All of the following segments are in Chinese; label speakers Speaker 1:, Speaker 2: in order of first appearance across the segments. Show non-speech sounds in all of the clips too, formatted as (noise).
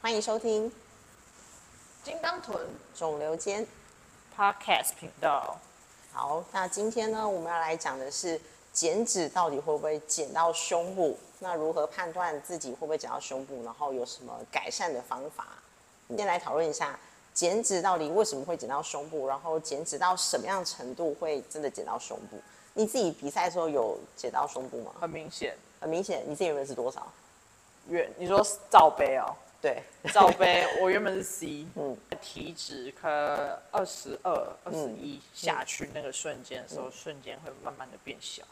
Speaker 1: 欢迎收听《
Speaker 2: 金刚臀
Speaker 1: 肿瘤间》。
Speaker 2: Podcast 频道，
Speaker 1: 好，那今天呢，我们要来讲的是减脂到底会不会减到胸部？那如何判断自己会不会减到胸部？然后有什么改善的方法？我们先来讨论一下减脂到底为什么会减到胸部，然后减脂到什么样程度会真的减到胸部？你自己比赛的时候有减到胸部吗？
Speaker 2: 很明显，
Speaker 1: 很明显，你自己原本是多少？
Speaker 2: 原你说罩杯哦，
Speaker 1: 对，
Speaker 2: 罩杯，我原本是 C，嗯，体脂可二十二、二十一下去那个瞬间的时候，瞬间会慢慢的变小，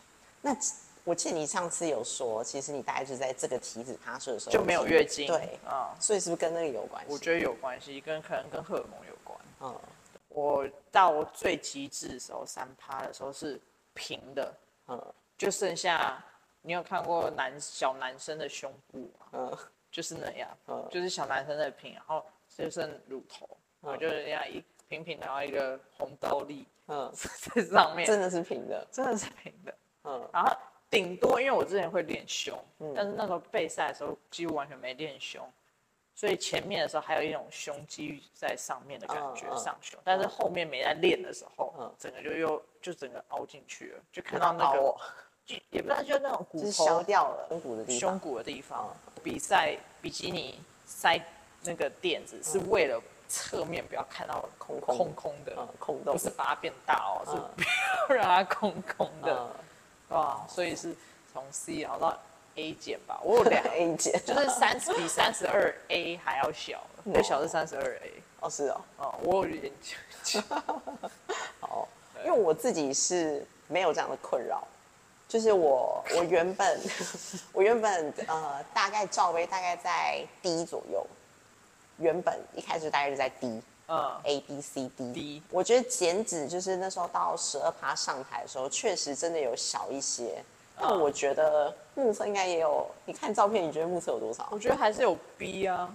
Speaker 1: 那我记得你上次有说，其实你大概就在这个体脂趴数的时候
Speaker 2: 就没有月经，
Speaker 1: 对，
Speaker 2: 啊、
Speaker 1: 所以是不是跟那个有关系？
Speaker 2: 我觉得有关系，跟可能跟荷尔蒙有关。
Speaker 1: 嗯，
Speaker 2: 我到最极致的时候，三趴的时候是平的，
Speaker 1: 嗯
Speaker 2: 就剩下你有看过男小男生的胸部吗？
Speaker 1: 嗯
Speaker 2: 就是那样，
Speaker 1: 嗯
Speaker 2: 就是小男生的平，然后就剩乳头，然后就是那样一平平，然后一个红豆粒
Speaker 1: 嗯，
Speaker 2: (laughs) 在上面，
Speaker 1: 真的是平的，
Speaker 2: 真的是平的。
Speaker 1: 嗯
Speaker 2: 然后顶多因为我之前会练胸，但是那时候备赛的时候几乎完全没练胸，所以前面的时候还有一种胸肌在上面的感觉，
Speaker 1: 嗯嗯
Speaker 2: 上胸。但是后面没在练的时候，
Speaker 1: 嗯
Speaker 2: 整个就又就整个凹进去了，就看到那
Speaker 1: 凹
Speaker 2: 个
Speaker 1: 哦，
Speaker 2: 就也不知道就那种
Speaker 1: 就
Speaker 2: 骨
Speaker 1: 是
Speaker 2: 头
Speaker 1: 消掉了胸骨的地
Speaker 2: 胸
Speaker 1: 方。
Speaker 2: 骨的地方，
Speaker 1: 嗯
Speaker 2: 比赛比基尼塞那个垫子是为了侧面不要看到
Speaker 1: 空嗯空
Speaker 2: 空空的
Speaker 1: 嗯，，空洞
Speaker 2: 不是把它变大哦，是不要让它空空的，
Speaker 1: 嗯，
Speaker 2: 哇，所以是从 C 然后到 A 减吧，我有两
Speaker 1: ，A (laughs) 姐
Speaker 2: 就是三十比三十二 A 还要小，最小是三十二 A，
Speaker 1: 哦是哦，
Speaker 2: 哦，我有研究，
Speaker 1: (laughs) 哦，因为我自己是没有这样的困扰，就是我我原本我原本呃大概罩杯大概在 D 左右，原本一开始大概是在 D，
Speaker 2: 嗯
Speaker 1: A B C D。
Speaker 2: D
Speaker 1: 我觉得减脂就是那时候到十二趴上台的时候，确实真的有小一些。但我觉得目测应该也有，你看照片，你觉得目测有多少
Speaker 2: 我？觉得还是有 B 啊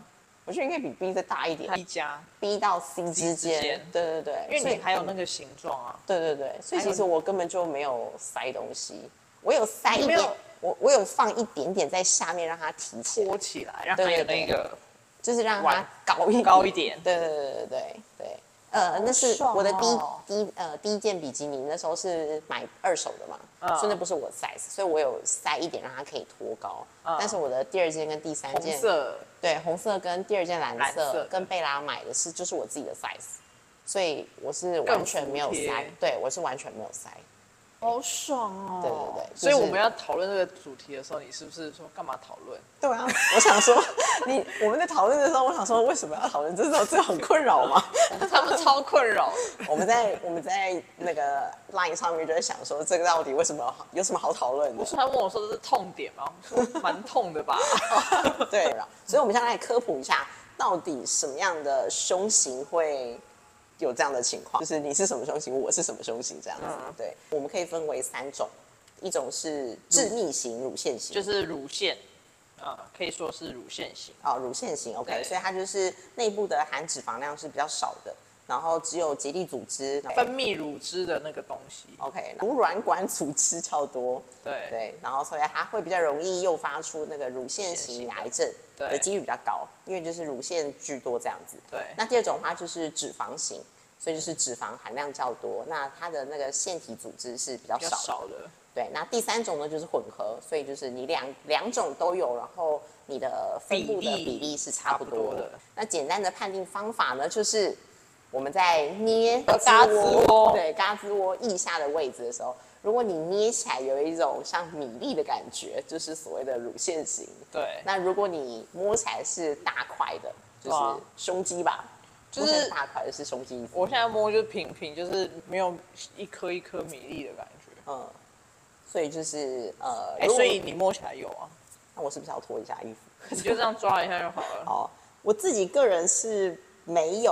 Speaker 1: 我觉得应该比 B 再大一点
Speaker 2: ，B 加，
Speaker 1: ，B 到 C 之
Speaker 2: 之
Speaker 1: 间
Speaker 2: 间。
Speaker 1: 对对对，
Speaker 2: 因
Speaker 1: 所
Speaker 2: 为
Speaker 1: 以嗯
Speaker 2: 你还有那个形状啊，
Speaker 1: 对对对，所以
Speaker 2: 还有
Speaker 1: 其实我根本就没有塞东西，我有塞一
Speaker 2: 你没
Speaker 1: 点
Speaker 2: 有，
Speaker 1: 我我有放一点点在下面让它提起来，
Speaker 2: 托起来，然后
Speaker 1: 对
Speaker 2: 还有
Speaker 1: 对
Speaker 2: 那个
Speaker 1: 就是让它
Speaker 2: 弯
Speaker 1: 高一点
Speaker 2: 高一点
Speaker 1: 对对对对对对。呃，那是
Speaker 2: 爽哦
Speaker 1: 我的第一第一呃第一件比基尼，那时候是买二手的嘛，
Speaker 2: 嗯
Speaker 1: 所以那不是我的 size，所以我有塞一点让它可以托高。
Speaker 2: 嗯
Speaker 1: 但是我的第二件跟第三
Speaker 2: 红
Speaker 1: 件，
Speaker 2: 色。
Speaker 1: 对红色跟第二件蓝色
Speaker 2: 蓝色的
Speaker 1: 跟贝拉买的是就是我自己的 size，所以我是完全没有
Speaker 2: 更服
Speaker 1: 塞
Speaker 2: 帖，
Speaker 1: 对我是完全没有塞。
Speaker 2: 好爽哦！
Speaker 1: 对对对就是
Speaker 2: 所以我们要讨论这个主题的时候，你是不是说干嘛讨论？ (laughs)
Speaker 1: 对啊， (laughs) 我想说你我们在讨论的时候，我想说为什么要讨论这种这很困扰吗？ (laughs)
Speaker 2: 他们超困扰，
Speaker 1: 我们在我们在那个 LINE 上面就在想说，这个到底为什么好有什么好讨论
Speaker 2: 我
Speaker 1: 的？
Speaker 2: 说他问我说这是痛点吗？我说蛮痛的吧。
Speaker 1: 对了，所以我们现在来科普一下，到底什么样的胸型会有这样的情况？就是你是什么胸型，我是什么胸型这样子。
Speaker 2: 嗯
Speaker 1: 对，我们可以分为三种，一种是致密型乳腺型，
Speaker 2: 就是乳腺，啊、可以说是乳腺型，
Speaker 1: 哦，乳腺型，OK，
Speaker 2: 对
Speaker 1: 所以它就是内部的含脂肪量是比较少的，然后只有结缔组织
Speaker 2: 分泌乳汁的那个东西。
Speaker 1: OK，乳软管组织较多，
Speaker 2: 对
Speaker 1: 对，然后所以它会比较容易诱发出那个乳腺型癌症的
Speaker 2: 对
Speaker 1: 几率比较高，因为就是乳腺居多这样子。
Speaker 2: 对
Speaker 1: 那第二种的话就是脂肪型，所以就是脂肪含量较多，那它的那个腺体组织是比较
Speaker 2: 比较
Speaker 1: 少的。
Speaker 2: 少的，
Speaker 1: 对，那第三种呢就是混合，所以就是你两两种都有，然后你的分布的
Speaker 2: 比例
Speaker 1: 比例是差不多
Speaker 2: 差不多
Speaker 1: 的
Speaker 2: 的。
Speaker 1: 那简单的判定方法呢，就是我们在捏
Speaker 2: 和哦嘎
Speaker 1: 吱
Speaker 2: 吱窝
Speaker 1: 对嘎吱窝腋下的位置的时候，如果你捏起来有一种像米粒的感觉，就是所谓的乳腺型。
Speaker 2: 对，
Speaker 1: 那如果你摸起来是大块的，就是
Speaker 2: 哇
Speaker 1: 胸肌吧，
Speaker 2: 就是
Speaker 1: 摸起来大块的是胸肌。
Speaker 2: 我现在摸就是平平，就是没有一颗一颗米粒的感觉。
Speaker 1: 嗯，所以就是呃，
Speaker 2: 哎、
Speaker 1: 如果
Speaker 2: 所以你摸起来有 (laughs) 啊，
Speaker 1: 那我是不是要脱一下衣服？
Speaker 2: 你就这样抓一下就好了。
Speaker 1: 哦，我自己个人是没有。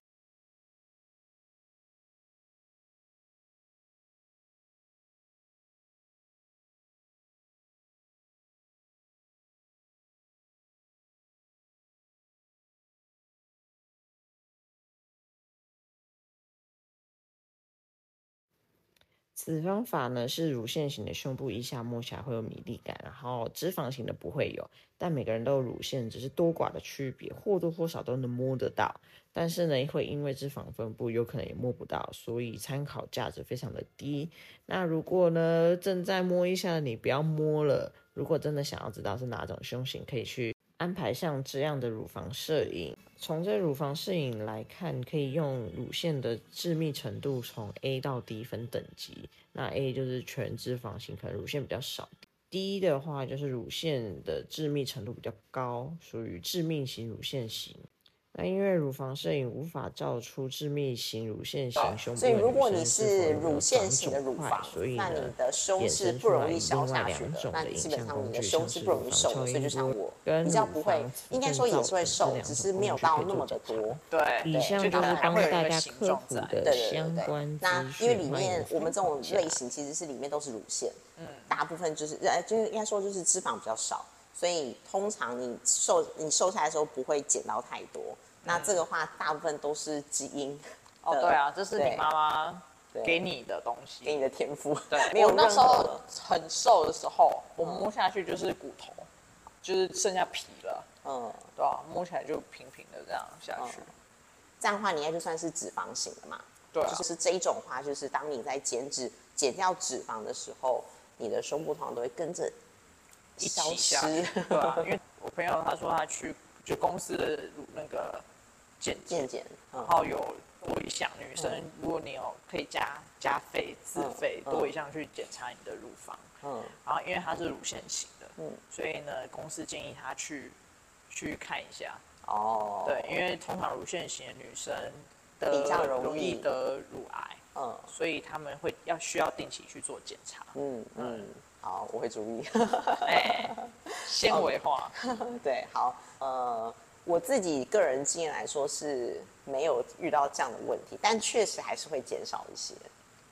Speaker 2: 此方法呢啊是乳腺型的胸部腋下摸起来会有米粒感，然后脂肪型的不会有。但每个人都有乳腺，只是多寡的区别，或多或少都能摸得到。但是呢，会因为脂肪分布，有可能也摸不到，所以参考价值非常的低。那如果呢正在摸一下的你，不要摸了。如果真的想要知道是哪种胸型，可以去安排像这样的乳房摄影。从这乳房摄影来看，可以用乳腺的致密程度从 A 到 D 分等级。那 A 就是全脂肪型，可能乳腺比较少。D 的话就是乳腺的致密程度比较高，属于致密型乳腺型。那因为乳房摄影无法照出致密型乳腺型胸部
Speaker 1: 哦所以如果
Speaker 2: 的女生脂肪的长肿块，
Speaker 1: 你是乳腺型的乳房，
Speaker 2: 所以
Speaker 1: 那你
Speaker 2: 呢，
Speaker 1: 的胸
Speaker 2: 衍
Speaker 1: 是
Speaker 2: 生
Speaker 1: 不
Speaker 2: 出来
Speaker 1: 容易
Speaker 2: 另
Speaker 1: 消
Speaker 2: 外
Speaker 1: 下去
Speaker 2: 两
Speaker 1: 的，
Speaker 2: 种
Speaker 1: 那
Speaker 2: 的
Speaker 1: 基
Speaker 2: 影
Speaker 1: 本
Speaker 2: 像
Speaker 1: 上
Speaker 2: 工
Speaker 1: 你的
Speaker 2: 具，
Speaker 1: 胸
Speaker 2: 像
Speaker 1: 是
Speaker 2: 是
Speaker 1: 不容
Speaker 2: 乳
Speaker 1: 易
Speaker 2: 房
Speaker 1: 瘦的，
Speaker 2: 超
Speaker 1: 所
Speaker 2: 音
Speaker 1: 以就像我
Speaker 2: 波跟
Speaker 1: 比较不会
Speaker 2: 乳房，
Speaker 1: 应该
Speaker 2: 增
Speaker 1: 说也
Speaker 2: 造
Speaker 1: 是会
Speaker 2: 等这
Speaker 1: 瘦，
Speaker 2: 两
Speaker 1: 只是
Speaker 2: 种工
Speaker 1: 没有到那么的
Speaker 2: 具可以做检查
Speaker 1: 多。
Speaker 3: 对，
Speaker 2: 以上
Speaker 3: 就
Speaker 2: 就是
Speaker 3: 它
Speaker 2: 帮
Speaker 3: 还会有一
Speaker 2: 大
Speaker 3: 个
Speaker 2: 家
Speaker 3: 形
Speaker 2: 科
Speaker 3: 状
Speaker 2: 普
Speaker 3: 在。
Speaker 2: 的
Speaker 1: 对对
Speaker 2: 相
Speaker 1: 对对
Speaker 2: 关，
Speaker 1: 那
Speaker 2: 资
Speaker 1: 因
Speaker 2: 讯。
Speaker 1: 为里
Speaker 2: 欢迎
Speaker 1: 面我们这种
Speaker 2: 参考
Speaker 1: 类型其实是里面都是乳腺，大部分就是呃，就是应该说就是脂肪比较少，所以通常你瘦你瘦下来的时候不会减到太多。那这个话大部分都是基因
Speaker 3: 哦，
Speaker 1: 的
Speaker 3: 对啊，这是你
Speaker 1: 对
Speaker 3: 妈妈
Speaker 1: 对
Speaker 3: 给你的东西。
Speaker 1: 给你的天赋，
Speaker 3: 对，
Speaker 1: 没有
Speaker 3: 我那
Speaker 1: 任
Speaker 3: 时
Speaker 1: 何
Speaker 3: 候
Speaker 1: 的嗯
Speaker 3: 很瘦的时候，我摸下去就是骨头，就是剩下皮了，
Speaker 1: 嗯。
Speaker 3: 对吧、摸起来就平平的这样下去。
Speaker 1: 这样的话，你应该就算是脂肪型的嘛。
Speaker 3: 对啊
Speaker 1: 就是这一种话，就是当你在减脂、减掉脂肪的时候，你的胸部通常都会跟着
Speaker 3: 一
Speaker 1: 消
Speaker 3: 起
Speaker 1: 失
Speaker 3: 下。去，对啊，因为我朋友他说他去就公司的那个简介，
Speaker 1: 渐渐，嗯
Speaker 3: 然后有多一项女生，如果你有可以加加费自费
Speaker 1: 嗯嗯
Speaker 3: 多一项去检查你的乳房，
Speaker 1: 嗯，
Speaker 3: 然后因为它是乳腺型的，所以呢公司建议她去去看一下，
Speaker 1: 哦，
Speaker 3: 对，，因为通常乳腺型的女生得
Speaker 1: 比较容易
Speaker 3: 易得乳癌，
Speaker 1: 嗯
Speaker 3: 所以他们会要需要定期去做检查，
Speaker 1: 嗯嗯，好，我会注意。
Speaker 3: (laughs)
Speaker 1: (laughs)
Speaker 3: 哎，纤维化，
Speaker 1: 对，好，呃，我自己个人经验来说是没有遇到这样的问题，但确实还是会减少一些。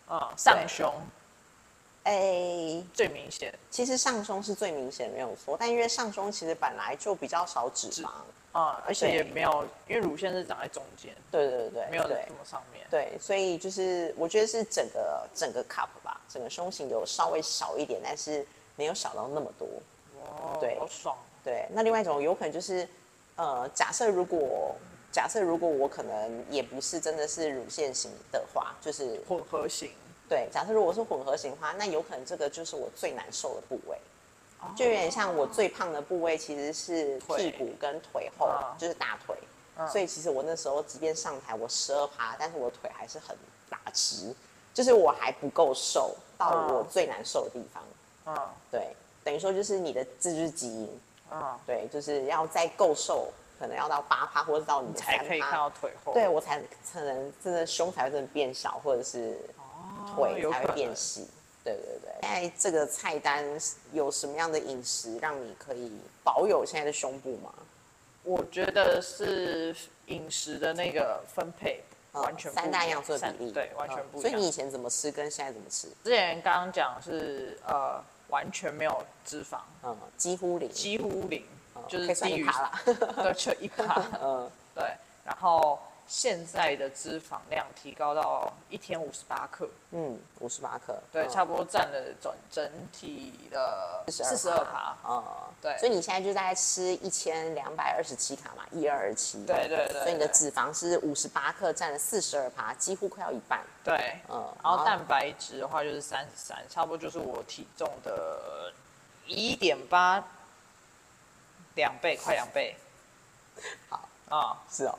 Speaker 3: 嗯，上胸
Speaker 1: 哎、
Speaker 3: 最明显。
Speaker 1: 其实上胸是最明显，没有错。但因为上胸其实本来就比较少脂肪，
Speaker 3: 啊、而且
Speaker 1: 对
Speaker 3: 也没有，因为乳腺是长在中间，
Speaker 1: 对对对对，
Speaker 3: 没有
Speaker 1: 对
Speaker 3: 这么上面。
Speaker 1: 对，所以就是我觉得是整个整个 cup 吧，整个胸型有稍微少一点，但是没有少到那么多。
Speaker 3: 哦
Speaker 1: 对
Speaker 3: 好爽。
Speaker 1: 对，那另外一种有可能就是，呃，假设如果假设如果我可能也不是真的是乳腺型的话，就是
Speaker 3: 混合型，
Speaker 1: 对，假设如果是混合型的话，那有可能这个就是我最难受的部位。就有点像我最胖的部位其实是屁
Speaker 3: 腿
Speaker 1: 股跟腿后，
Speaker 3: 嗯
Speaker 1: 就是大腿。所以其实我那时候即便上台我十二趴，但是我腿还是很打直，就是我还不够瘦到
Speaker 3: 嗯
Speaker 1: 我最难受的地方。
Speaker 3: 嗯
Speaker 1: 对，等于说就是你的自制基因，
Speaker 3: 嗯，
Speaker 1: 对，就是要再够瘦，可能要到八趴或者到你的
Speaker 3: 才
Speaker 1: 三
Speaker 3: 可以看
Speaker 1: 趴
Speaker 3: 到，腿后。
Speaker 1: 对我才可能真的胸才会真的变小，或者是腿
Speaker 3: 哦有
Speaker 1: 才会
Speaker 3: 可能
Speaker 1: 变细。对对对，现在这个菜单有什么样的饮食让你可以保有现在的胸部吗？
Speaker 3: 我觉得是饮食的那个分配
Speaker 1: 嗯
Speaker 3: 完全不一
Speaker 1: 三
Speaker 3: 样
Speaker 1: 大样素的比例，
Speaker 3: 三对，完全
Speaker 1: 嗯
Speaker 3: 不一
Speaker 1: 所
Speaker 3: 样。
Speaker 1: 以你以前怎么吃跟现在怎么吃，
Speaker 3: 之前刚刚讲是呃，完全没有脂肪，
Speaker 1: 嗯，几乎零，
Speaker 3: 几乎零，就
Speaker 1: 可以
Speaker 3: 是
Speaker 1: 算
Speaker 3: 低
Speaker 1: 一
Speaker 3: 于
Speaker 1: 趴啦。
Speaker 3: (laughs) 对，就一趴。 (laughs)
Speaker 1: 嗯
Speaker 3: 对，然后现在的脂肪量提高到一天五十八克，
Speaker 1: 嗯，五十八克，
Speaker 3: 对，
Speaker 1: 嗯
Speaker 3: 差不多占了整整体的四十
Speaker 1: 42
Speaker 3: 二趴。
Speaker 1: 哦，
Speaker 3: 对
Speaker 1: 所以你现在就大概吃一千两百二十七卡嘛，一二二七，
Speaker 3: 对对对
Speaker 1: 所以你的
Speaker 3: 对
Speaker 1: 脂肪是五十八克，占了四十二趴，几乎快要一半。
Speaker 3: 对，
Speaker 1: 嗯
Speaker 3: 然
Speaker 1: 好
Speaker 3: 后蛋白质的话就是三十三，差不多就是我体重的一点八，两倍，快两倍。好啊、
Speaker 1: 是哦，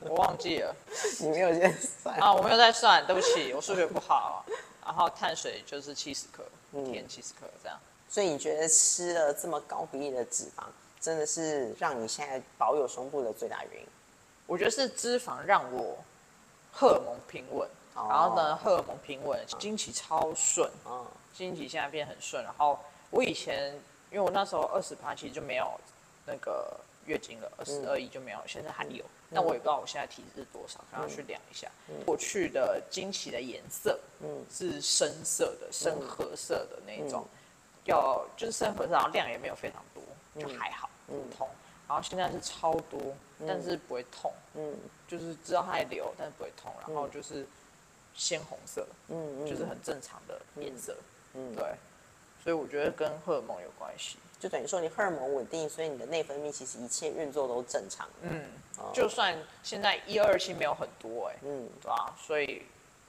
Speaker 3: 我忘记 (laughs) 了
Speaker 1: 你没有在算，
Speaker 3: 啊，我没有在算，对不起，我数学不好。然后碳水就是七十克，一天七十克这样。
Speaker 1: 所以你觉得吃了这么高比例的脂肪，真的是让你现在保有胸部的最大原因？
Speaker 3: 我觉得是脂肪让我荷尔蒙平稳，然后呢，荷尔蒙平稳，经期超顺，
Speaker 1: 嗯
Speaker 3: 经期现在变很顺。然后我以前，因为我那时候二十八其实就没有那个月经
Speaker 1: 嗯
Speaker 3: 了，二十二一就没有，现在还有，但我也不知道我现在体质是多少，可能要去量一下。
Speaker 1: 嗯
Speaker 3: 过去的经期的颜色，嗯，是深色
Speaker 1: 嗯
Speaker 3: 的，深褐色的那一种，要就是深褐色，然后量也没有非常多，
Speaker 1: 嗯
Speaker 3: 就还好，不痛。然后现在是超多，
Speaker 1: 嗯
Speaker 3: 但是不会痛，嗯，就是知道它还流，但是不会痛。然后就是。鲜红色，
Speaker 1: 嗯
Speaker 3: 就是
Speaker 1: 嗯，
Speaker 3: 很正常的颜色。
Speaker 1: 嗯
Speaker 3: 对，所以我觉得跟荷尔蒙有关系。
Speaker 1: 就等于说你荷尔蒙稳定，所以你的内分泌其实一切运作都正常。
Speaker 3: 嗯，
Speaker 1: 哦
Speaker 3: 就算现在一二期没有很多、哎，
Speaker 1: 嗯
Speaker 3: 对啊，所以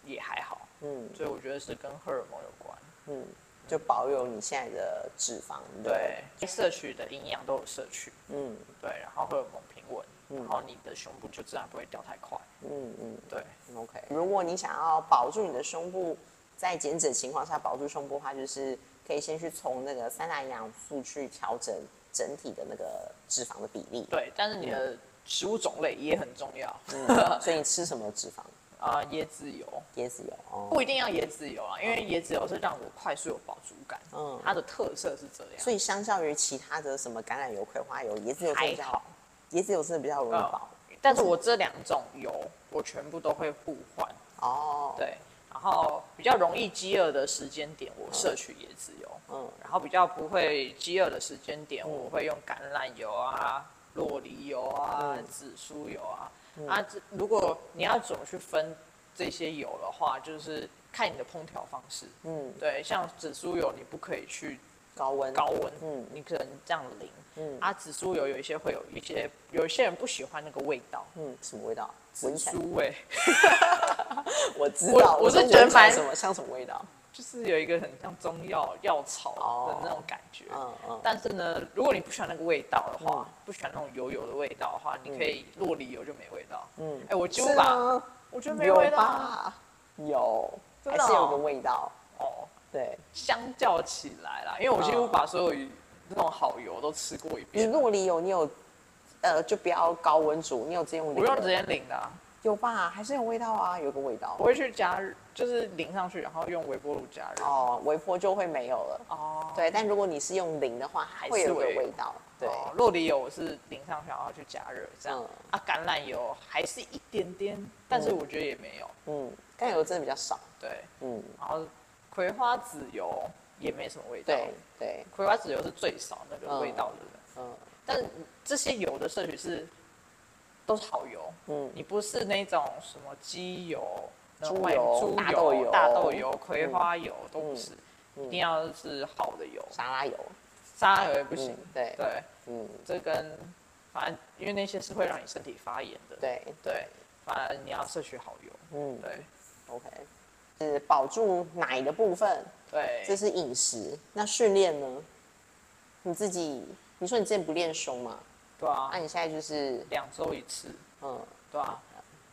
Speaker 3: 也还好。
Speaker 1: 嗯
Speaker 3: 所以我觉得是跟荷尔蒙有关。
Speaker 1: 嗯，就保有你现在的脂肪。不
Speaker 3: 对，摄取的营养都有摄取，
Speaker 1: 嗯
Speaker 3: 对，然后荷尔蒙平稳，然后你的胸部就自然不会掉太快。
Speaker 1: 嗯嗯
Speaker 3: 对，
Speaker 1: ，OK。如果你想要保住你的胸部，在减脂的情况下保住胸部的话，就是可以先去从那个三大营养素去调整整体的那个脂肪的比例。
Speaker 3: 对，但是你的食物种类也很重要。
Speaker 1: 嗯所以你吃什么脂肪？
Speaker 3: 啊、椰子油
Speaker 1: 椰子油哦。
Speaker 3: 不一定要椰子油啊，因为椰子油是让我快速有饱足感，
Speaker 1: 嗯
Speaker 3: 它的特色是这样。
Speaker 1: 所以相较于其他的什么橄榄油、葵花油，椰子油真的比较
Speaker 3: 还好，
Speaker 1: 椰子油真的比较容易
Speaker 3: 嗯
Speaker 1: 饱。
Speaker 3: 但是我这两种油我全部都会互换，
Speaker 1: 哦，，
Speaker 3: 对。然后比较容易饥饿的时间点，我摄取椰子油。
Speaker 1: 嗯
Speaker 3: 然后比较不会饥饿的时间点，我会用橄榄油啊、洛梨油啊、
Speaker 1: 嗯
Speaker 3: 紫苏油啊。啊，这如果你要怎么去分这些油的话，就是看你的烹调方式。
Speaker 1: 嗯，
Speaker 3: 对，像紫苏油你不可以去
Speaker 1: 高温，
Speaker 3: 高温，
Speaker 1: 嗯
Speaker 3: 你可能这样淋。
Speaker 1: 嗯
Speaker 3: 啊，紫苏油有一些会有一些，有一些人不喜欢那个味道，
Speaker 1: 嗯，什么味道？
Speaker 3: 紫
Speaker 1: 闻起来
Speaker 3: 苏味，
Speaker 1: 我知道，
Speaker 3: 我我是
Speaker 1: 说
Speaker 3: 觉得
Speaker 1: 闻起来
Speaker 3: 蛮
Speaker 1: 什么像什么味道？
Speaker 3: 就是有一个很像中药药草
Speaker 1: 哦
Speaker 3: 的那种感觉。
Speaker 1: 嗯嗯
Speaker 3: 但是呢，如果你不喜欢那个味道的话，不喜欢那种油油的味道的话，你可以洛梨油就没味道。嗯，哎、我几乎
Speaker 1: 嗯是
Speaker 3: 把
Speaker 1: 吗？
Speaker 3: 我觉得没
Speaker 1: 有
Speaker 3: 味道啊。
Speaker 1: 吧？有，
Speaker 3: 真
Speaker 1: 还
Speaker 3: 的哦
Speaker 1: 是有个味道。
Speaker 3: 哦，
Speaker 1: 对，
Speaker 3: 相较起来啦，因为我几乎
Speaker 1: 嗯
Speaker 3: 把所有那种好油都吃过
Speaker 1: 你
Speaker 3: 一遍，
Speaker 1: 洛梨油，你有，呃，就不要高温煮，你有直接用
Speaker 3: 不用
Speaker 1: 淋
Speaker 3: 直
Speaker 1: 的
Speaker 3: 接淋的啊、
Speaker 1: 有吧？还是有味道啊，有个味道
Speaker 3: 我。会去加热，就是淋上去，然后用微波炉加热。
Speaker 1: 哦，微波就会没有了。
Speaker 3: 哦，
Speaker 1: 对，但如果你是用淋的话，还是有个
Speaker 3: 会有
Speaker 1: 味道。对，
Speaker 3: 哦洛梨油我是淋上去，然后去加热这样。
Speaker 1: 嗯
Speaker 3: 啊，橄榄油还是一点点，但是我觉得也没有。
Speaker 1: 嗯，甘油真的比较少。
Speaker 3: 对，
Speaker 1: 嗯，
Speaker 3: 然后葵花籽油也没什么味道。
Speaker 1: 对对，
Speaker 3: 葵花籽油是最少那个味道的，
Speaker 1: 嗯
Speaker 3: 但是这些油的摄取是都是好油，
Speaker 1: 嗯
Speaker 3: 你不是那种什么鸡油、
Speaker 1: 猪油大
Speaker 3: 那种猪
Speaker 1: 豆油嗯
Speaker 3: 大豆油、葵花油都不是，一定要是好的油，
Speaker 1: 沙拉油。
Speaker 3: 沙拉油也不行
Speaker 1: 嗯，，对，
Speaker 3: 对，
Speaker 1: 嗯
Speaker 3: 这跟反正因为那些是会让你身体发炎的，
Speaker 1: 对，
Speaker 3: 对，反正你要摄取好油，
Speaker 1: 嗯
Speaker 3: 对
Speaker 1: ，OK，是保住奶的部分，
Speaker 3: 对，
Speaker 1: 这是饮食。那训练呢？你自己，你说你之前不练胸嘛？
Speaker 3: 对啊
Speaker 1: 那、，你现在就是，
Speaker 3: 两周一次，
Speaker 1: 嗯，
Speaker 3: 对啊，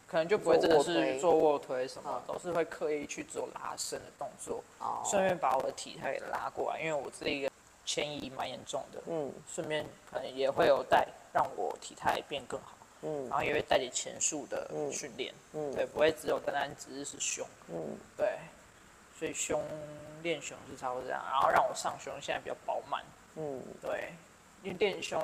Speaker 3: 可能就不会真的
Speaker 1: 做卧推
Speaker 3: 是做卧推什么
Speaker 1: 嗯，
Speaker 3: 都是会刻意去做拉伸的动作，
Speaker 1: 哦，
Speaker 3: 顺便把我的体态给拉过来，因为我这一个迁移蛮严重的，
Speaker 1: 嗯
Speaker 3: 顺便可能也会有带让我体态变更好，
Speaker 1: 嗯
Speaker 3: 然后也会带点前束的训练，
Speaker 1: 嗯
Speaker 3: 对，不会只有单单只是胸，
Speaker 1: 嗯，
Speaker 3: 对，所以胸练胸是差不多这样，然后让我上胸现在比较饱满，
Speaker 1: 嗯
Speaker 3: 对，因为练胸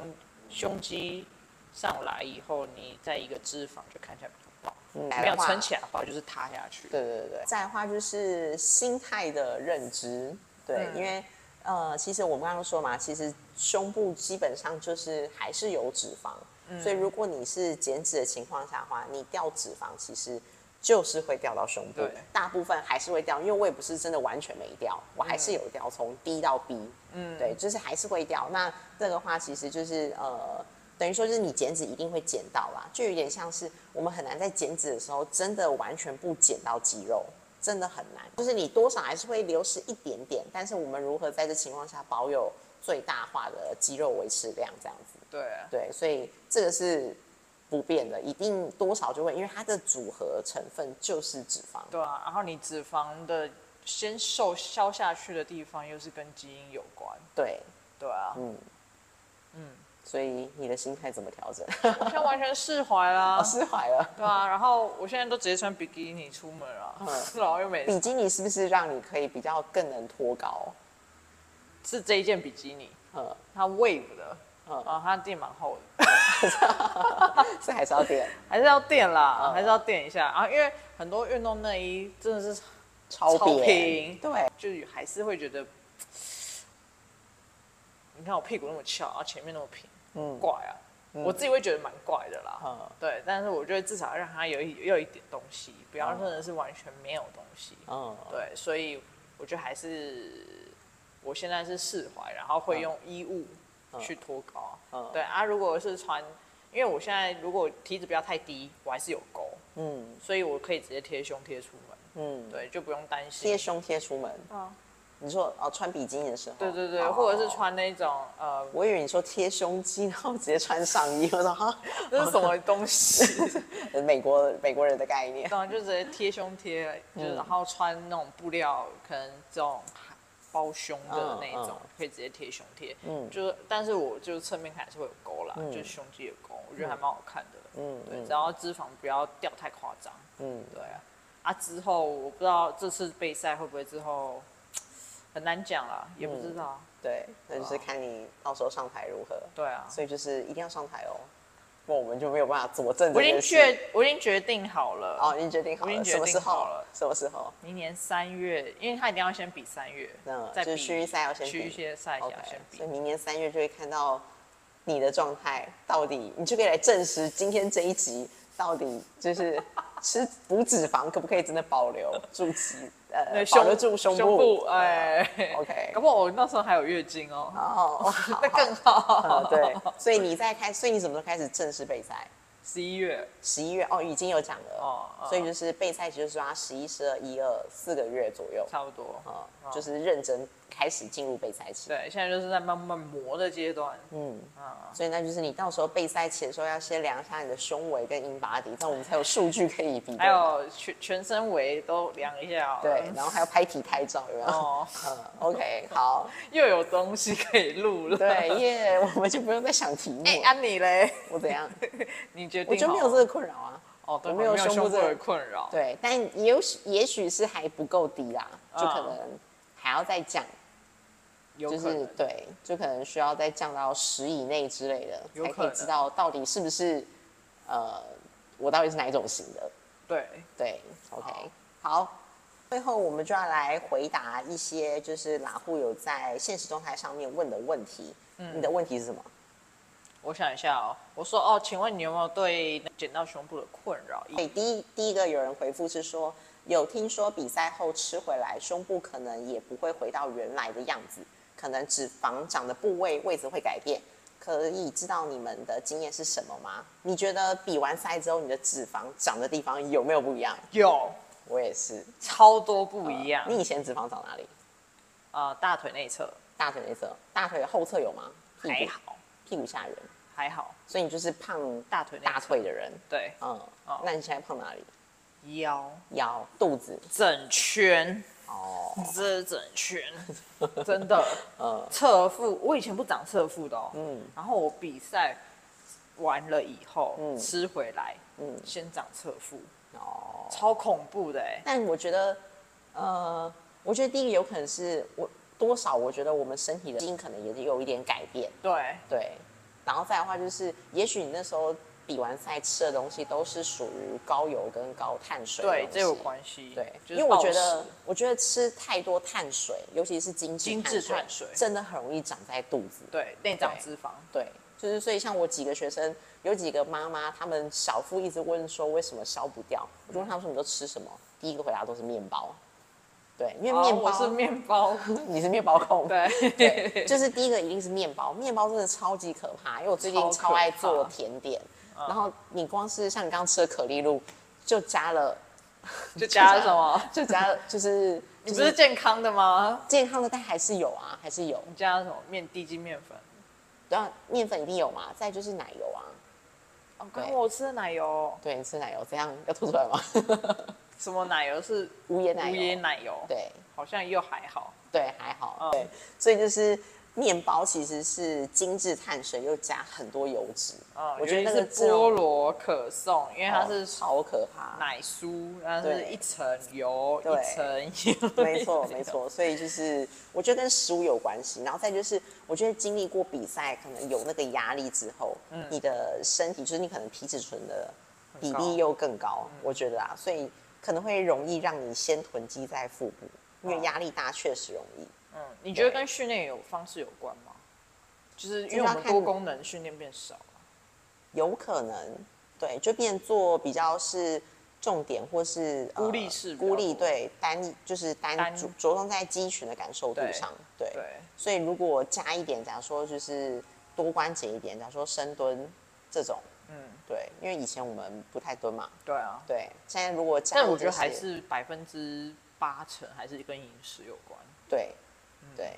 Speaker 3: 胸肌上来以后，你在一个脂肪就看起来比较饱。
Speaker 1: 嗯，
Speaker 3: 没有撑起来的话，就是塌下去。
Speaker 1: 对对对，再来的话就是心态的认知，对，因为呃，其实我们刚刚说嘛，其实胸部基本上就是还是有脂肪，所以如果你是减脂的情况下的话，你掉脂肪其实就是会掉到胸部
Speaker 3: 对，
Speaker 1: 大部分还是会掉，因为我也不是真的完全没掉，我还是有掉，从 D 到 B，嗯，对，就是还是会掉。那这个话其实就是呃。等于说就是你减脂一定会减到啦，就有点像是我们很难在减脂的时候真的完全不减到肌肉，真的很难。就是你多少还是会流失一点点，但是我们如何在这情况下保有最大化的肌肉维持量，这样子。
Speaker 3: 对
Speaker 1: 对，所以这个是不变的，一定多少就会，因为它的组合成分就是脂肪。
Speaker 3: 对啊，然后你脂肪的先瘦消下去的地方，又是跟基因有关。
Speaker 1: 对，
Speaker 3: 对啊，
Speaker 1: 嗯所以你的心态怎么调整？ (laughs)
Speaker 3: 我现在完全释怀啦
Speaker 1: 我。释怀了。
Speaker 3: 对啊，然后我现在都直接穿比基尼出门啊，
Speaker 1: 嗯
Speaker 3: (laughs) 然后又没
Speaker 1: 比基尼是不是让你可以比较更能脱高？
Speaker 3: 是这一件比基尼，
Speaker 1: 嗯，
Speaker 3: 它 wave 的，
Speaker 1: 嗯
Speaker 3: 啊，它垫蛮厚的，
Speaker 1: 这还是要点
Speaker 3: 还是要垫啦，
Speaker 1: 嗯
Speaker 3: 还是要垫一下啊，因为很多运动内衣真的是
Speaker 1: 超
Speaker 3: 超
Speaker 1: 扁。
Speaker 3: 平
Speaker 1: 对，
Speaker 3: 就是还是会觉得，你看我屁股那么翘，然后前面那么平，嗯，怪啊。我自己会觉得蛮怪的啦。
Speaker 1: 嗯
Speaker 3: 对，但是我觉得至少让它有一有一点东西，不要真的是完全没有东西。
Speaker 1: 嗯，
Speaker 3: 对，所以我觉得还是我现在是释怀，然后会用衣物去脱高。
Speaker 1: 嗯
Speaker 3: 对啊，如果是穿，因为我现在如果体脂不要太低，我还是有勾，
Speaker 1: 嗯
Speaker 3: 所以我可以直接贴胸贴出门。
Speaker 1: 嗯，
Speaker 3: 对，就不用担心
Speaker 1: 贴。胸贴出门。
Speaker 3: 啊
Speaker 1: 你说哦，穿比基尼的时候。
Speaker 3: 对对对，
Speaker 1: 哦
Speaker 3: 或者是。穿那种
Speaker 1: (laughs)
Speaker 3: 呃，
Speaker 1: 我以为你说贴胸肌，然后直接穿上衣，我说哈， (laughs)
Speaker 3: 这是什么东西？
Speaker 1: 美国美国人的概念。
Speaker 3: 然后就直接贴胸贴，
Speaker 1: 嗯
Speaker 3: 就是然后穿那种布料，可能这种包胸的那一种，
Speaker 1: 嗯
Speaker 3: 可以直接贴胸贴。
Speaker 1: 嗯
Speaker 3: 嗯，就是但是我就侧面看还是会有勾啦，就是胸肌有勾，我觉得还蛮好看的。
Speaker 1: 嗯
Speaker 3: 嗯，对，
Speaker 1: 嗯
Speaker 3: 只要脂肪不要掉太夸张。
Speaker 1: 嗯，
Speaker 3: 对啊，啊之后我不知道这次备赛会不会之后很难讲啦，也不
Speaker 1: 嗯
Speaker 3: 知道。
Speaker 1: 对，那就是看你到时候上台如何。
Speaker 3: 对啊，
Speaker 1: 所以就是一定要上台哦，不然我们就没有办法佐证这
Speaker 3: 我已经
Speaker 1: 件事。
Speaker 3: 决我已经决定好了。
Speaker 1: 哦，已经决定好
Speaker 3: 我已
Speaker 1: 了，
Speaker 3: 经决
Speaker 1: 什么时
Speaker 3: 定
Speaker 1: 候
Speaker 3: 好了？
Speaker 1: 什么时候？
Speaker 3: 明年三月，因为他一定要先比三月，
Speaker 1: 嗯
Speaker 3: 再
Speaker 1: 就是
Speaker 3: 比
Speaker 1: 区域赛要先
Speaker 3: 区
Speaker 1: 比
Speaker 3: 域些赛要
Speaker 1: OK，
Speaker 3: 先比
Speaker 1: 所以。明年三月就会看到你的状态到底，你就可以来证实今天这一集到底就是
Speaker 3: (laughs)
Speaker 1: 吃补脂肪可不可以真的保留住肌呃
Speaker 3: 那
Speaker 1: 保留住胸
Speaker 3: 胸
Speaker 1: 部
Speaker 3: 部，哎、
Speaker 1: OK
Speaker 3: 搞不好我那时候还有月经哦，
Speaker 1: 哦，哇好
Speaker 3: (laughs) 那更好。
Speaker 1: 呃对，所以你在开，所以你什么时候开始正式备赛？
Speaker 3: (laughs) 十一月，
Speaker 1: 十一月哦，已经有讲了哦
Speaker 3: 哦，哦
Speaker 1: 所以就是备赛就是抓十一、十二、一二四个月左右，
Speaker 3: 差不多。
Speaker 1: 哦，就是认真开始进入备赛期。
Speaker 3: 对，现在就是在慢慢磨的阶段。
Speaker 1: 嗯，所以那就是你到时候备赛前的时候要先量一下你的胸围跟英巴底，这样我们才有数据可以比对。
Speaker 3: 还有全全身围都量一下、哦。
Speaker 1: 对，然后还要拍体态照，有没有？
Speaker 3: 哦，
Speaker 1: 嗯，OK，好，
Speaker 3: (laughs) 又有东西可以录了。 (laughs)
Speaker 1: 对耶，我们就不用再想题目
Speaker 3: 哎、 (laughs)
Speaker 1: 了。
Speaker 3: 安、妮嘞，
Speaker 1: 我怎
Speaker 3: (laughs)
Speaker 1: 样？
Speaker 3: 你决定
Speaker 1: 我就没有这
Speaker 3: 个
Speaker 1: 个困扰啊。
Speaker 3: 哦，对
Speaker 1: 我
Speaker 3: 我
Speaker 1: 没
Speaker 3: 没
Speaker 1: 有
Speaker 3: 有
Speaker 1: 胸部
Speaker 3: 部
Speaker 1: 这个
Speaker 3: 的困扰。
Speaker 1: 对，但也有也许是还不够低啦，就可
Speaker 3: 嗯
Speaker 1: 能还要再降。
Speaker 3: 有
Speaker 1: 就
Speaker 3: 可能
Speaker 1: 是对，就可能需要再降到十以内之类的，
Speaker 3: 有
Speaker 1: 才
Speaker 3: 可
Speaker 1: 可以
Speaker 3: 能
Speaker 1: 知道到底是不是呃，我到底是哪一种型的。
Speaker 3: 对
Speaker 1: 对，OK，好，最后我们就要来回答一些就是拉户有在现实动态上面问的问题。
Speaker 3: 嗯
Speaker 1: 你的问题是什么？
Speaker 3: 我想一下哦，我说哦，请问你有没有对减到胸部的困扰？
Speaker 1: 对，哎第一第一个有人回复是说，有听说比赛后吃回来，胸部可能也不会回到原来的样子，可能脂肪长的部位位置会改变。可以知道你们的经验是什么吗？你觉得比完赛之后，你的脂肪长的地方有没有不一样？
Speaker 3: 有，
Speaker 1: 我也是
Speaker 3: 超多不一样。
Speaker 1: 嗯你以前脂肪长哪里？
Speaker 3: 呃，大腿内侧
Speaker 1: 大腿内侧，大腿后侧有吗？屁股
Speaker 3: 还好，
Speaker 1: 屁股下缘，
Speaker 3: 还好，
Speaker 1: 所以你就是胖
Speaker 3: 大腿内侧
Speaker 1: 大腿的人。
Speaker 3: 对
Speaker 1: 嗯，
Speaker 3: 哦
Speaker 1: 那你现在胖哪里？
Speaker 3: 腰
Speaker 1: 腰、肚子。
Speaker 3: 整圈，
Speaker 1: 哦，
Speaker 3: 这整
Speaker 1: (laughs)
Speaker 3: 圈，真的，
Speaker 1: 嗯
Speaker 3: 侧腹我以前不长侧腹的哦，嗯，然后我比赛完了以后，
Speaker 1: 嗯
Speaker 3: 吃回来，
Speaker 1: 嗯
Speaker 3: 嗯，先长侧腹，
Speaker 1: 哦。
Speaker 3: 超恐怖的哎，
Speaker 1: 但我觉得，呃，我觉得第一个有可能是我多少，我觉得我们身体的基因可能也是有一点改变，
Speaker 3: 对，
Speaker 1: 对。然后再的话就是，也许你那时候比完赛吃的东西都是属于高油跟高碳水的
Speaker 3: 对，
Speaker 1: 东
Speaker 3: 这有
Speaker 1: 西
Speaker 3: 关系，
Speaker 1: 对，
Speaker 3: 就
Speaker 1: 因
Speaker 3: 是
Speaker 1: 为我
Speaker 3: 暴
Speaker 1: 觉得
Speaker 3: 食，
Speaker 1: 我觉得吃太多碳水，尤其是精致
Speaker 3: 精致碳水
Speaker 1: 真的很容易长在肚子。
Speaker 3: 对内脏
Speaker 1: 对
Speaker 3: 脂肪，
Speaker 1: 对，就是所以像我几个学生，有几个妈妈，她们小腹一直问说为什么消不掉，我就问她们说你都吃什么，第一个回答都是面包。对，因为
Speaker 3: 哦
Speaker 1: 面包、
Speaker 3: 我是面包，
Speaker 1: (laughs) 你是面包控，
Speaker 3: 对，
Speaker 1: 对， (laughs) 就是第一个一定是面包，面包真的超级可怕，因为我最近
Speaker 3: 超
Speaker 1: 超爱
Speaker 3: 可怕嗯
Speaker 1: 做甜点，然后你光是像你刚刚吃的可丽露，就加了
Speaker 3: (laughs) 就加了什么？
Speaker 1: 就加了就是
Speaker 3: (laughs) 你
Speaker 1: 就
Speaker 3: 不是
Speaker 1: 是
Speaker 3: 健康的吗？
Speaker 1: 健康的，但还是有啊，还是有。
Speaker 3: 你加了什么面低筋面粉？
Speaker 1: 然后面粉一定有嘛，再就是奶油啊。
Speaker 3: 哦，刚刚我吃的奶油，
Speaker 1: 对你吃奶油怎样？要吐出
Speaker 3: (laughs)
Speaker 1: 来吗？
Speaker 3: 什么奶油是
Speaker 1: 无盐奶油
Speaker 3: 无盐奶油，，
Speaker 1: 对
Speaker 3: 好像又还好。
Speaker 1: 对，还好。
Speaker 3: 嗯
Speaker 1: 对，所以就是面包其实是精致碳水，又加很多油脂。
Speaker 3: 嗯，
Speaker 1: 我觉得那
Speaker 3: 尤
Speaker 1: 个
Speaker 3: 其是菠萝可颂，因为它
Speaker 1: 哦
Speaker 3: 是
Speaker 1: 超可怕。
Speaker 3: 奶酥，它是
Speaker 1: 对
Speaker 3: 一层油，
Speaker 1: 对
Speaker 3: 一层油，
Speaker 1: 没错
Speaker 3: (laughs) 一，层油
Speaker 1: 没。错，所以就是我觉得跟食物有关系，然后再就是我觉得经历过比赛，可能有那个压力之后，
Speaker 3: 嗯
Speaker 1: 你的身体就是你可能皮质醇的比例又更高，
Speaker 3: 嗯
Speaker 1: 我觉得啊，所以可能会容易让你先囤积在腹部，因
Speaker 3: 哦
Speaker 1: 为压力大确实容易。
Speaker 3: 嗯，你觉得跟训练有方式有关吗？就是因为我
Speaker 1: 就是要
Speaker 3: 们
Speaker 1: 看
Speaker 3: 多功能训练变少了，
Speaker 1: 有可能对，就变做比较是重点或是呃
Speaker 3: 孤立式比较
Speaker 1: 孤立
Speaker 3: 多
Speaker 1: 对单一就是单
Speaker 3: 单
Speaker 1: 着着重在肌群的感受度
Speaker 3: 对
Speaker 1: 上，对，
Speaker 3: 对，
Speaker 1: 所以如果加一点，假如说就是多关节一点，假如说深蹲这种，
Speaker 3: 嗯，
Speaker 1: 对，因为以前我们不太蹲嘛，
Speaker 3: 对啊。
Speaker 1: 对，现在如果加入这些，
Speaker 3: 但我觉得还是百分之八成还是跟饮食有关。
Speaker 1: 对，
Speaker 3: 嗯
Speaker 1: 对，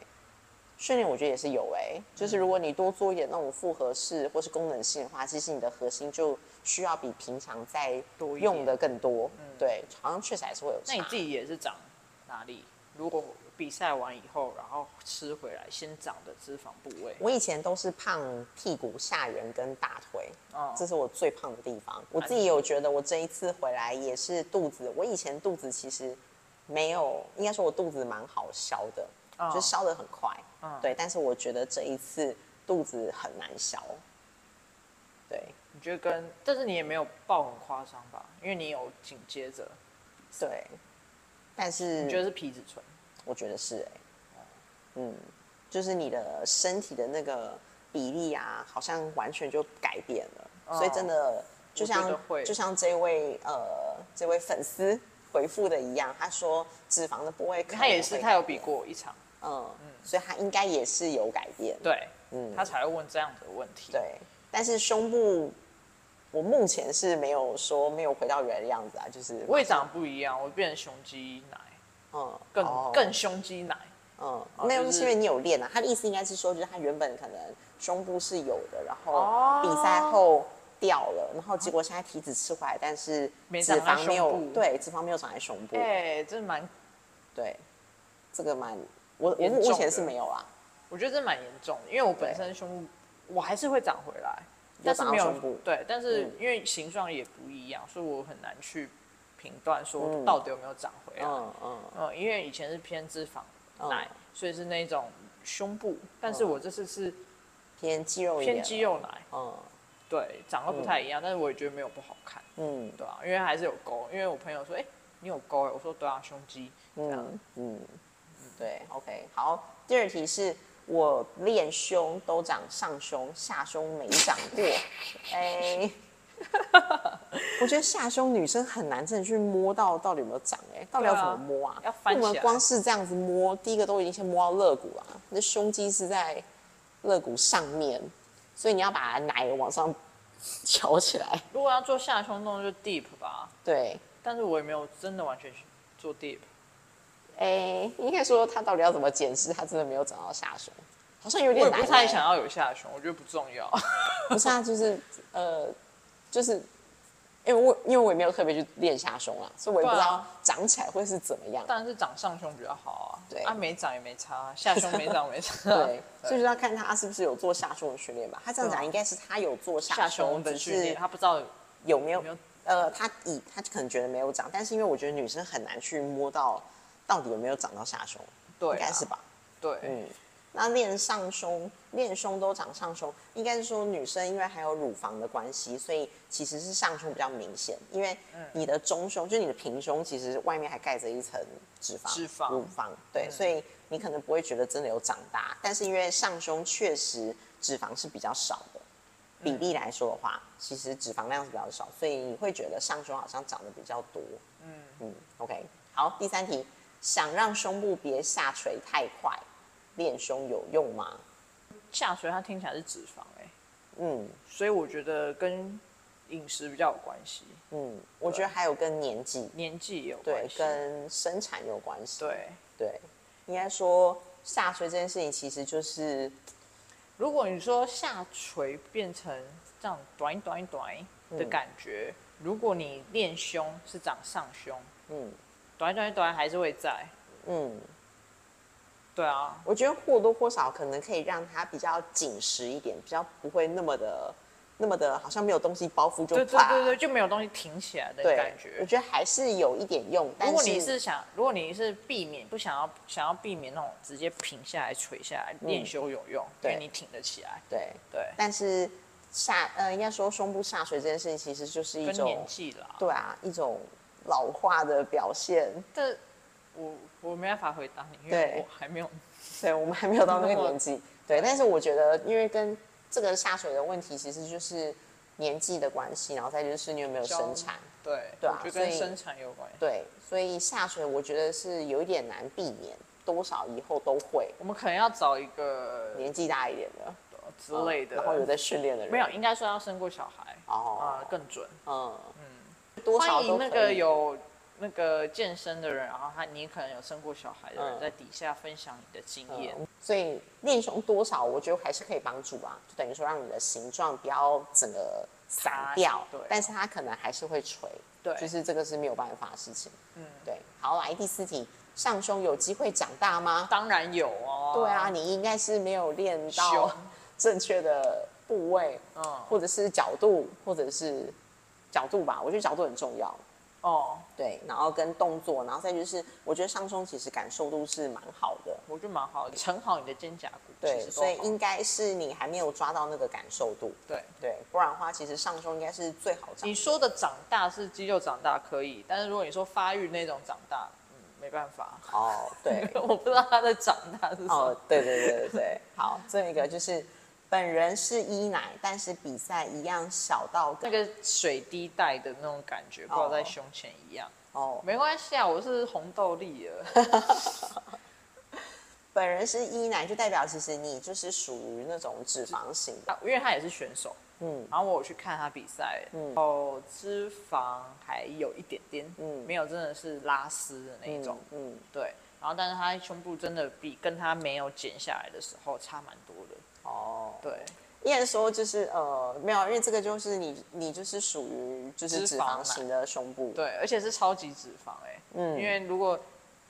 Speaker 1: 训练我觉得也是有哎、就是如果你多做一点那种复合式或是功能性的话，其实你的核心就需要比平常在
Speaker 3: 多一
Speaker 1: 用
Speaker 3: 点嗯
Speaker 1: 的更多，对，好像确实还是会有差。
Speaker 3: 那你自己也是长哪里？如果比赛完以后，然后吃回来先长的脂肪部位，
Speaker 1: 我以前都是胖屁股、下缘跟大腿，
Speaker 3: 哦
Speaker 1: 这是我最胖的地方。
Speaker 3: 啊
Speaker 1: 我自己有觉得，我这一次回来也是肚子，我以前肚子其实没有，应该说我肚子蛮好消的，
Speaker 3: 哦嗯
Speaker 1: 就消的很快，对。但是我觉得这一次肚子很难消，对
Speaker 3: 你觉得跟，但是你也没有爆很夸张吧？因为你有紧接着，
Speaker 1: 对，但
Speaker 3: 你
Speaker 1: 是
Speaker 3: 觉得是皮质醇，
Speaker 1: 我觉得是哎、嗯，就是你的身体的那个比例啊，好像完全就改变了，所以真的。就
Speaker 3: 哦我觉
Speaker 1: 像
Speaker 3: 得会
Speaker 1: 就像这位呃这位粉丝回复的一样，他说脂肪的部位可能
Speaker 3: 他也是
Speaker 1: 会
Speaker 3: 他有
Speaker 1: 改
Speaker 3: 比
Speaker 1: 变，
Speaker 3: 过一场，
Speaker 1: 嗯，所以他应该也是有改变，
Speaker 3: 对，
Speaker 1: 嗯
Speaker 3: 他才会问这样的问题。，
Speaker 1: 对。但是胸部，我目前是没有说没有回到原来的样子啊，就是
Speaker 3: 我也长得不一样，我变成雄肌奶，
Speaker 1: 嗯
Speaker 3: 更、
Speaker 1: 哦
Speaker 3: 更胸肌奶，
Speaker 1: 嗯，那
Speaker 3: 哦就是是
Speaker 1: 因为你有练啊。他的意思应该是说，就是他原本可能胸部是有的，然后
Speaker 3: 哦
Speaker 1: 比赛后掉了，然后结果现在体脂吃回来，但是
Speaker 3: 没
Speaker 1: 脂
Speaker 3: 长在
Speaker 1: 肪没有
Speaker 3: 胸部
Speaker 1: 对脂肪没有长在胸部，
Speaker 3: 哎、这蛮，
Speaker 1: 对，这个蛮我我
Speaker 3: 严重的
Speaker 1: 目前是没有啦，
Speaker 3: 我觉得这蛮严重的，因为我本身胸部我还是会长回来，但是
Speaker 1: 长
Speaker 3: 没
Speaker 1: 到
Speaker 3: 有
Speaker 1: 胸部
Speaker 3: 对，但是
Speaker 1: 嗯
Speaker 3: 因为形状也不一样，所以我很难去评断
Speaker 1: 嗯
Speaker 3: 说到底有没有长回来。
Speaker 1: 嗯嗯，
Speaker 3: 嗯，因为以前是偏脂肪
Speaker 1: 嗯
Speaker 3: 奶，所以是那种胸部，但是我这次是
Speaker 1: 偏肌肉一嗯点，
Speaker 3: 偏肌，肉奶，
Speaker 1: 嗯
Speaker 3: 对，长得不太一样，但是我也觉得没有不好看，
Speaker 1: 嗯
Speaker 3: 对啊，因为还是有沟，因为我朋友说，哎、你有沟哎、我说对啊，胸肌，这样，
Speaker 1: 嗯嗯，对，OK，好，第二题是我练胸都长上胸，下胸没长过，
Speaker 3: (laughs)
Speaker 1: 哎。我觉得下胸女生很难真的去摸到到底有没有长哎、到底要
Speaker 3: 对
Speaker 1: 怎
Speaker 3: 啊
Speaker 1: 么摸啊？
Speaker 3: 要翻
Speaker 1: 我
Speaker 3: 起
Speaker 1: 们
Speaker 3: 来
Speaker 1: 光是这样子摸，第一个都已经先摸到肋骨了，那胸肌是在肋骨上面，所以你要把奶往上 (laughs) 翘起来。
Speaker 3: 如果要做下胸动作就 deep 吧，
Speaker 1: 对，
Speaker 3: 但是我也没有真的完全去做
Speaker 1: (laughs)
Speaker 3: deep，
Speaker 1: 哎、应该说他到底要怎么解释？他真的没有长到下胸，好像有
Speaker 3: 我也
Speaker 1: 点
Speaker 3: 不
Speaker 1: 难。欸
Speaker 3: 太想，要有下胸，我觉得不重要， (laughs)
Speaker 1: 不是啊，就是呃，就是因为我因为我也没有特别去练下胸啊，所以我也不知
Speaker 3: 对
Speaker 1: 道
Speaker 3: 啊
Speaker 1: 长起来会是怎么样。
Speaker 3: 当然是长上胸比较好啊，
Speaker 1: 对
Speaker 3: 啊没长也没差，下胸没长没差，
Speaker 1: (laughs) 对，所以就是要看他是不是有做下胸的训练吧。他这样
Speaker 3: 对
Speaker 1: 讲
Speaker 3: 啊
Speaker 1: 应该是他有做下
Speaker 3: (laughs) 下
Speaker 1: 胸，
Speaker 3: 胸
Speaker 1: 只
Speaker 3: 的训练，
Speaker 1: 是嗯
Speaker 3: 他不知道
Speaker 1: 有没有
Speaker 3: 有没有
Speaker 1: 呃，他以他可能觉得没有长，但是因为我觉得女生很难去摸到到底有没有长到下胸，
Speaker 3: 对、
Speaker 1: 应
Speaker 3: 啊，
Speaker 1: 该是吧？
Speaker 3: 对，
Speaker 1: 嗯，那练上胸、练胸都长上胸，应该是说女生因为还有乳房的关系，所以其实是上胸比较明显，因为你的中胸，就是你的平胸，其实外面还盖着一层脂肪，
Speaker 3: 脂肪
Speaker 1: 乳房，对，所以你可能不会觉得真的有长大，但是因为上胸确实脂肪是比较少的。比例来说的话，其实脂肪量是比较少，所以你会觉得上胸好像长得比较多。嗯，OK，好，第三题，想让胸部别下垂太快，练胸有用吗？
Speaker 3: 下垂它听起来是脂肪哎、
Speaker 1: 嗯
Speaker 3: 所以我觉得跟饮食比较有关系，
Speaker 1: 嗯，我觉得还有跟年纪，
Speaker 3: 年纪也有
Speaker 1: 对
Speaker 3: 关，系，
Speaker 1: 跟生产有关系。
Speaker 3: 对。
Speaker 1: 对，应该说下垂这件事情其实就是，
Speaker 3: 如果你说下垂变成这样短短短
Speaker 1: 嗯
Speaker 3: 的感觉，如果你练胸是长上胸，
Speaker 1: 嗯
Speaker 3: 短短短还是会在，
Speaker 1: 嗯，
Speaker 3: 对啊，
Speaker 1: 我觉得或多或少可能可以让它比较紧实一点，比较不会那么的那么的，好像没有东西包覆就
Speaker 3: 对对
Speaker 1: 垮。
Speaker 3: 对对，就没有东西挺起来的
Speaker 1: 对
Speaker 3: 感
Speaker 1: 我
Speaker 3: 觉。
Speaker 1: 觉得还是有一点用。但
Speaker 3: 如果你是想，如果你是避免不想要想要避免那种直接平下来垂下来，练胸有用，因
Speaker 1: 嗯
Speaker 3: 为
Speaker 1: 对
Speaker 3: 你挺得起来，
Speaker 1: 对，
Speaker 3: 对，
Speaker 1: 但是下呃，应该说胸部下垂这件事情，其实就是一
Speaker 3: 跟年
Speaker 1: 种
Speaker 3: 纪啦。
Speaker 1: 对啊，一种老化的表现。
Speaker 3: 但我我没办法回答你，因
Speaker 1: 对
Speaker 3: 为我还没有
Speaker 1: 对我们还
Speaker 3: (laughs)
Speaker 1: 没有到那个
Speaker 3: 那么
Speaker 1: 年纪，对。但是我觉得，因为跟这个下垂的问题，其实就是年纪的关系，然后再就是你有没有
Speaker 3: 交
Speaker 1: 生产。
Speaker 3: 对，
Speaker 1: 对啊
Speaker 3: 我觉得
Speaker 1: 所
Speaker 3: 跟
Speaker 1: 以
Speaker 3: 生产有关系。
Speaker 1: 对，所以下垂我觉得是有一点难避免，多少以后都会，
Speaker 3: 我们可能要找一个
Speaker 1: 年纪大一点的
Speaker 3: 之类的，
Speaker 1: 哦然后有在训练的人，
Speaker 3: 没有，应该说要生过小孩啊、
Speaker 1: 哦，
Speaker 3: 更准。
Speaker 1: 嗯多少
Speaker 3: 欢
Speaker 1: 都可
Speaker 3: 迎那
Speaker 1: 以
Speaker 3: 个有那个健身的人，然后他你可能有生过小孩的人，
Speaker 1: 嗯
Speaker 3: 在底下分享你的经验。
Speaker 1: 所以练胸多少，我觉得还是可以帮助啊，就等于说让你的形状不要整个散掉
Speaker 3: 塌，对
Speaker 1: 但是它可能还是会垂，
Speaker 3: 对
Speaker 1: 就是这个是没有办法的事情，嗯，对。好，来第四题，上胸有机会长大吗？
Speaker 3: 当然有哦，
Speaker 1: 对啊，，你应该是没有练到
Speaker 3: 胸
Speaker 1: (laughs) 正确的部位，
Speaker 3: 嗯，
Speaker 1: 或者是角度，或者是角度吧，我觉得角度很重要。
Speaker 3: 哦，
Speaker 1: 对，然后跟动作，然后再就是，我觉得上胸其实感受度是蛮好的，
Speaker 3: 我觉得蛮好的，撑好你的肩胛骨，其
Speaker 1: 对，
Speaker 3: 实都
Speaker 1: 所以
Speaker 3: 好
Speaker 1: 应该是你还没有抓到那个感受度，
Speaker 3: 对。
Speaker 1: 对，不然的话，其实上胸应该是最好长
Speaker 3: 你。说的长大是肌肉长大可以，但是如果你说发育那种长大，嗯，没办法，，
Speaker 1: 哦，对
Speaker 3: (laughs) 我不知道他的长大是什么。
Speaker 1: 哦，对对对对对，好，这一个就是本人是一奶，但是比赛一样小到
Speaker 3: 那个水滴带的那种感觉，挂在胸前一样。
Speaker 1: 哦，
Speaker 3: 没关系啊，我是红豆粒了。
Speaker 1: 本人是一奶就代表其实你就是属于那种脂肪型的，
Speaker 3: 啊 (laughs) 因为他也是选手，
Speaker 1: 嗯
Speaker 3: 嗯，然后我有去看他比赛，嗯，然后脂肪还有一点点，
Speaker 1: 嗯
Speaker 3: 嗯，没有真的是拉丝的那一种，
Speaker 1: 嗯，
Speaker 3: 对。然后，但是他胸部真的比跟他没有减下来的时候差蛮多的，
Speaker 1: 哦，
Speaker 3: 对，
Speaker 1: 应该说就是呃没有，因为这个就是你你就是属于就是脂
Speaker 3: 脂肪
Speaker 1: 肪
Speaker 3: 男
Speaker 1: 型的胸部，
Speaker 3: 对，而且是超级脂肪哎、
Speaker 1: 嗯
Speaker 3: 嗯，因为如果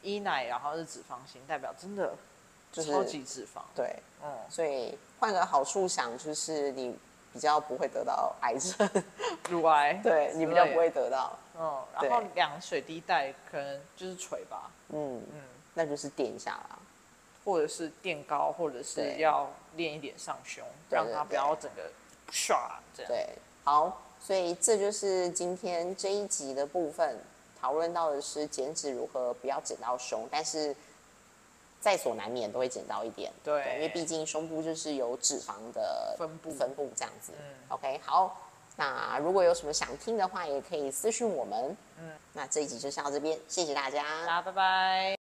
Speaker 3: 一奶然后是脂肪型，代表真的
Speaker 1: 就是
Speaker 3: 超级脂肪，
Speaker 1: 对，
Speaker 3: 嗯，
Speaker 1: 所以换个好处想，就是你比较不会得到癌症， (laughs)
Speaker 3: 乳癌，
Speaker 1: 对你比较不会，得到，
Speaker 3: 嗯，
Speaker 1: 对
Speaker 3: 然后两水滴带可能就是垂吧，
Speaker 1: 嗯嗯，那就是垫一下啦。
Speaker 3: 或者是垫高，或者是
Speaker 1: 对
Speaker 3: 要练一点上胸，
Speaker 1: 对
Speaker 3: 让
Speaker 1: 对
Speaker 3: 它不要整个唰这样。
Speaker 1: 对，好，所以这就是今天这一集的部分，讨论到的是减脂如何不要减到胸，但是在所难免都会减到一点，
Speaker 3: 对
Speaker 1: 因为毕竟胸部就是有脂肪的
Speaker 3: 分布嗯
Speaker 1: 分布这样子。OK，好，那如果有什么想听的话，也可以私讯我们。嗯，那这一集就先到这边，谢谢大家，
Speaker 3: 大家拜拜。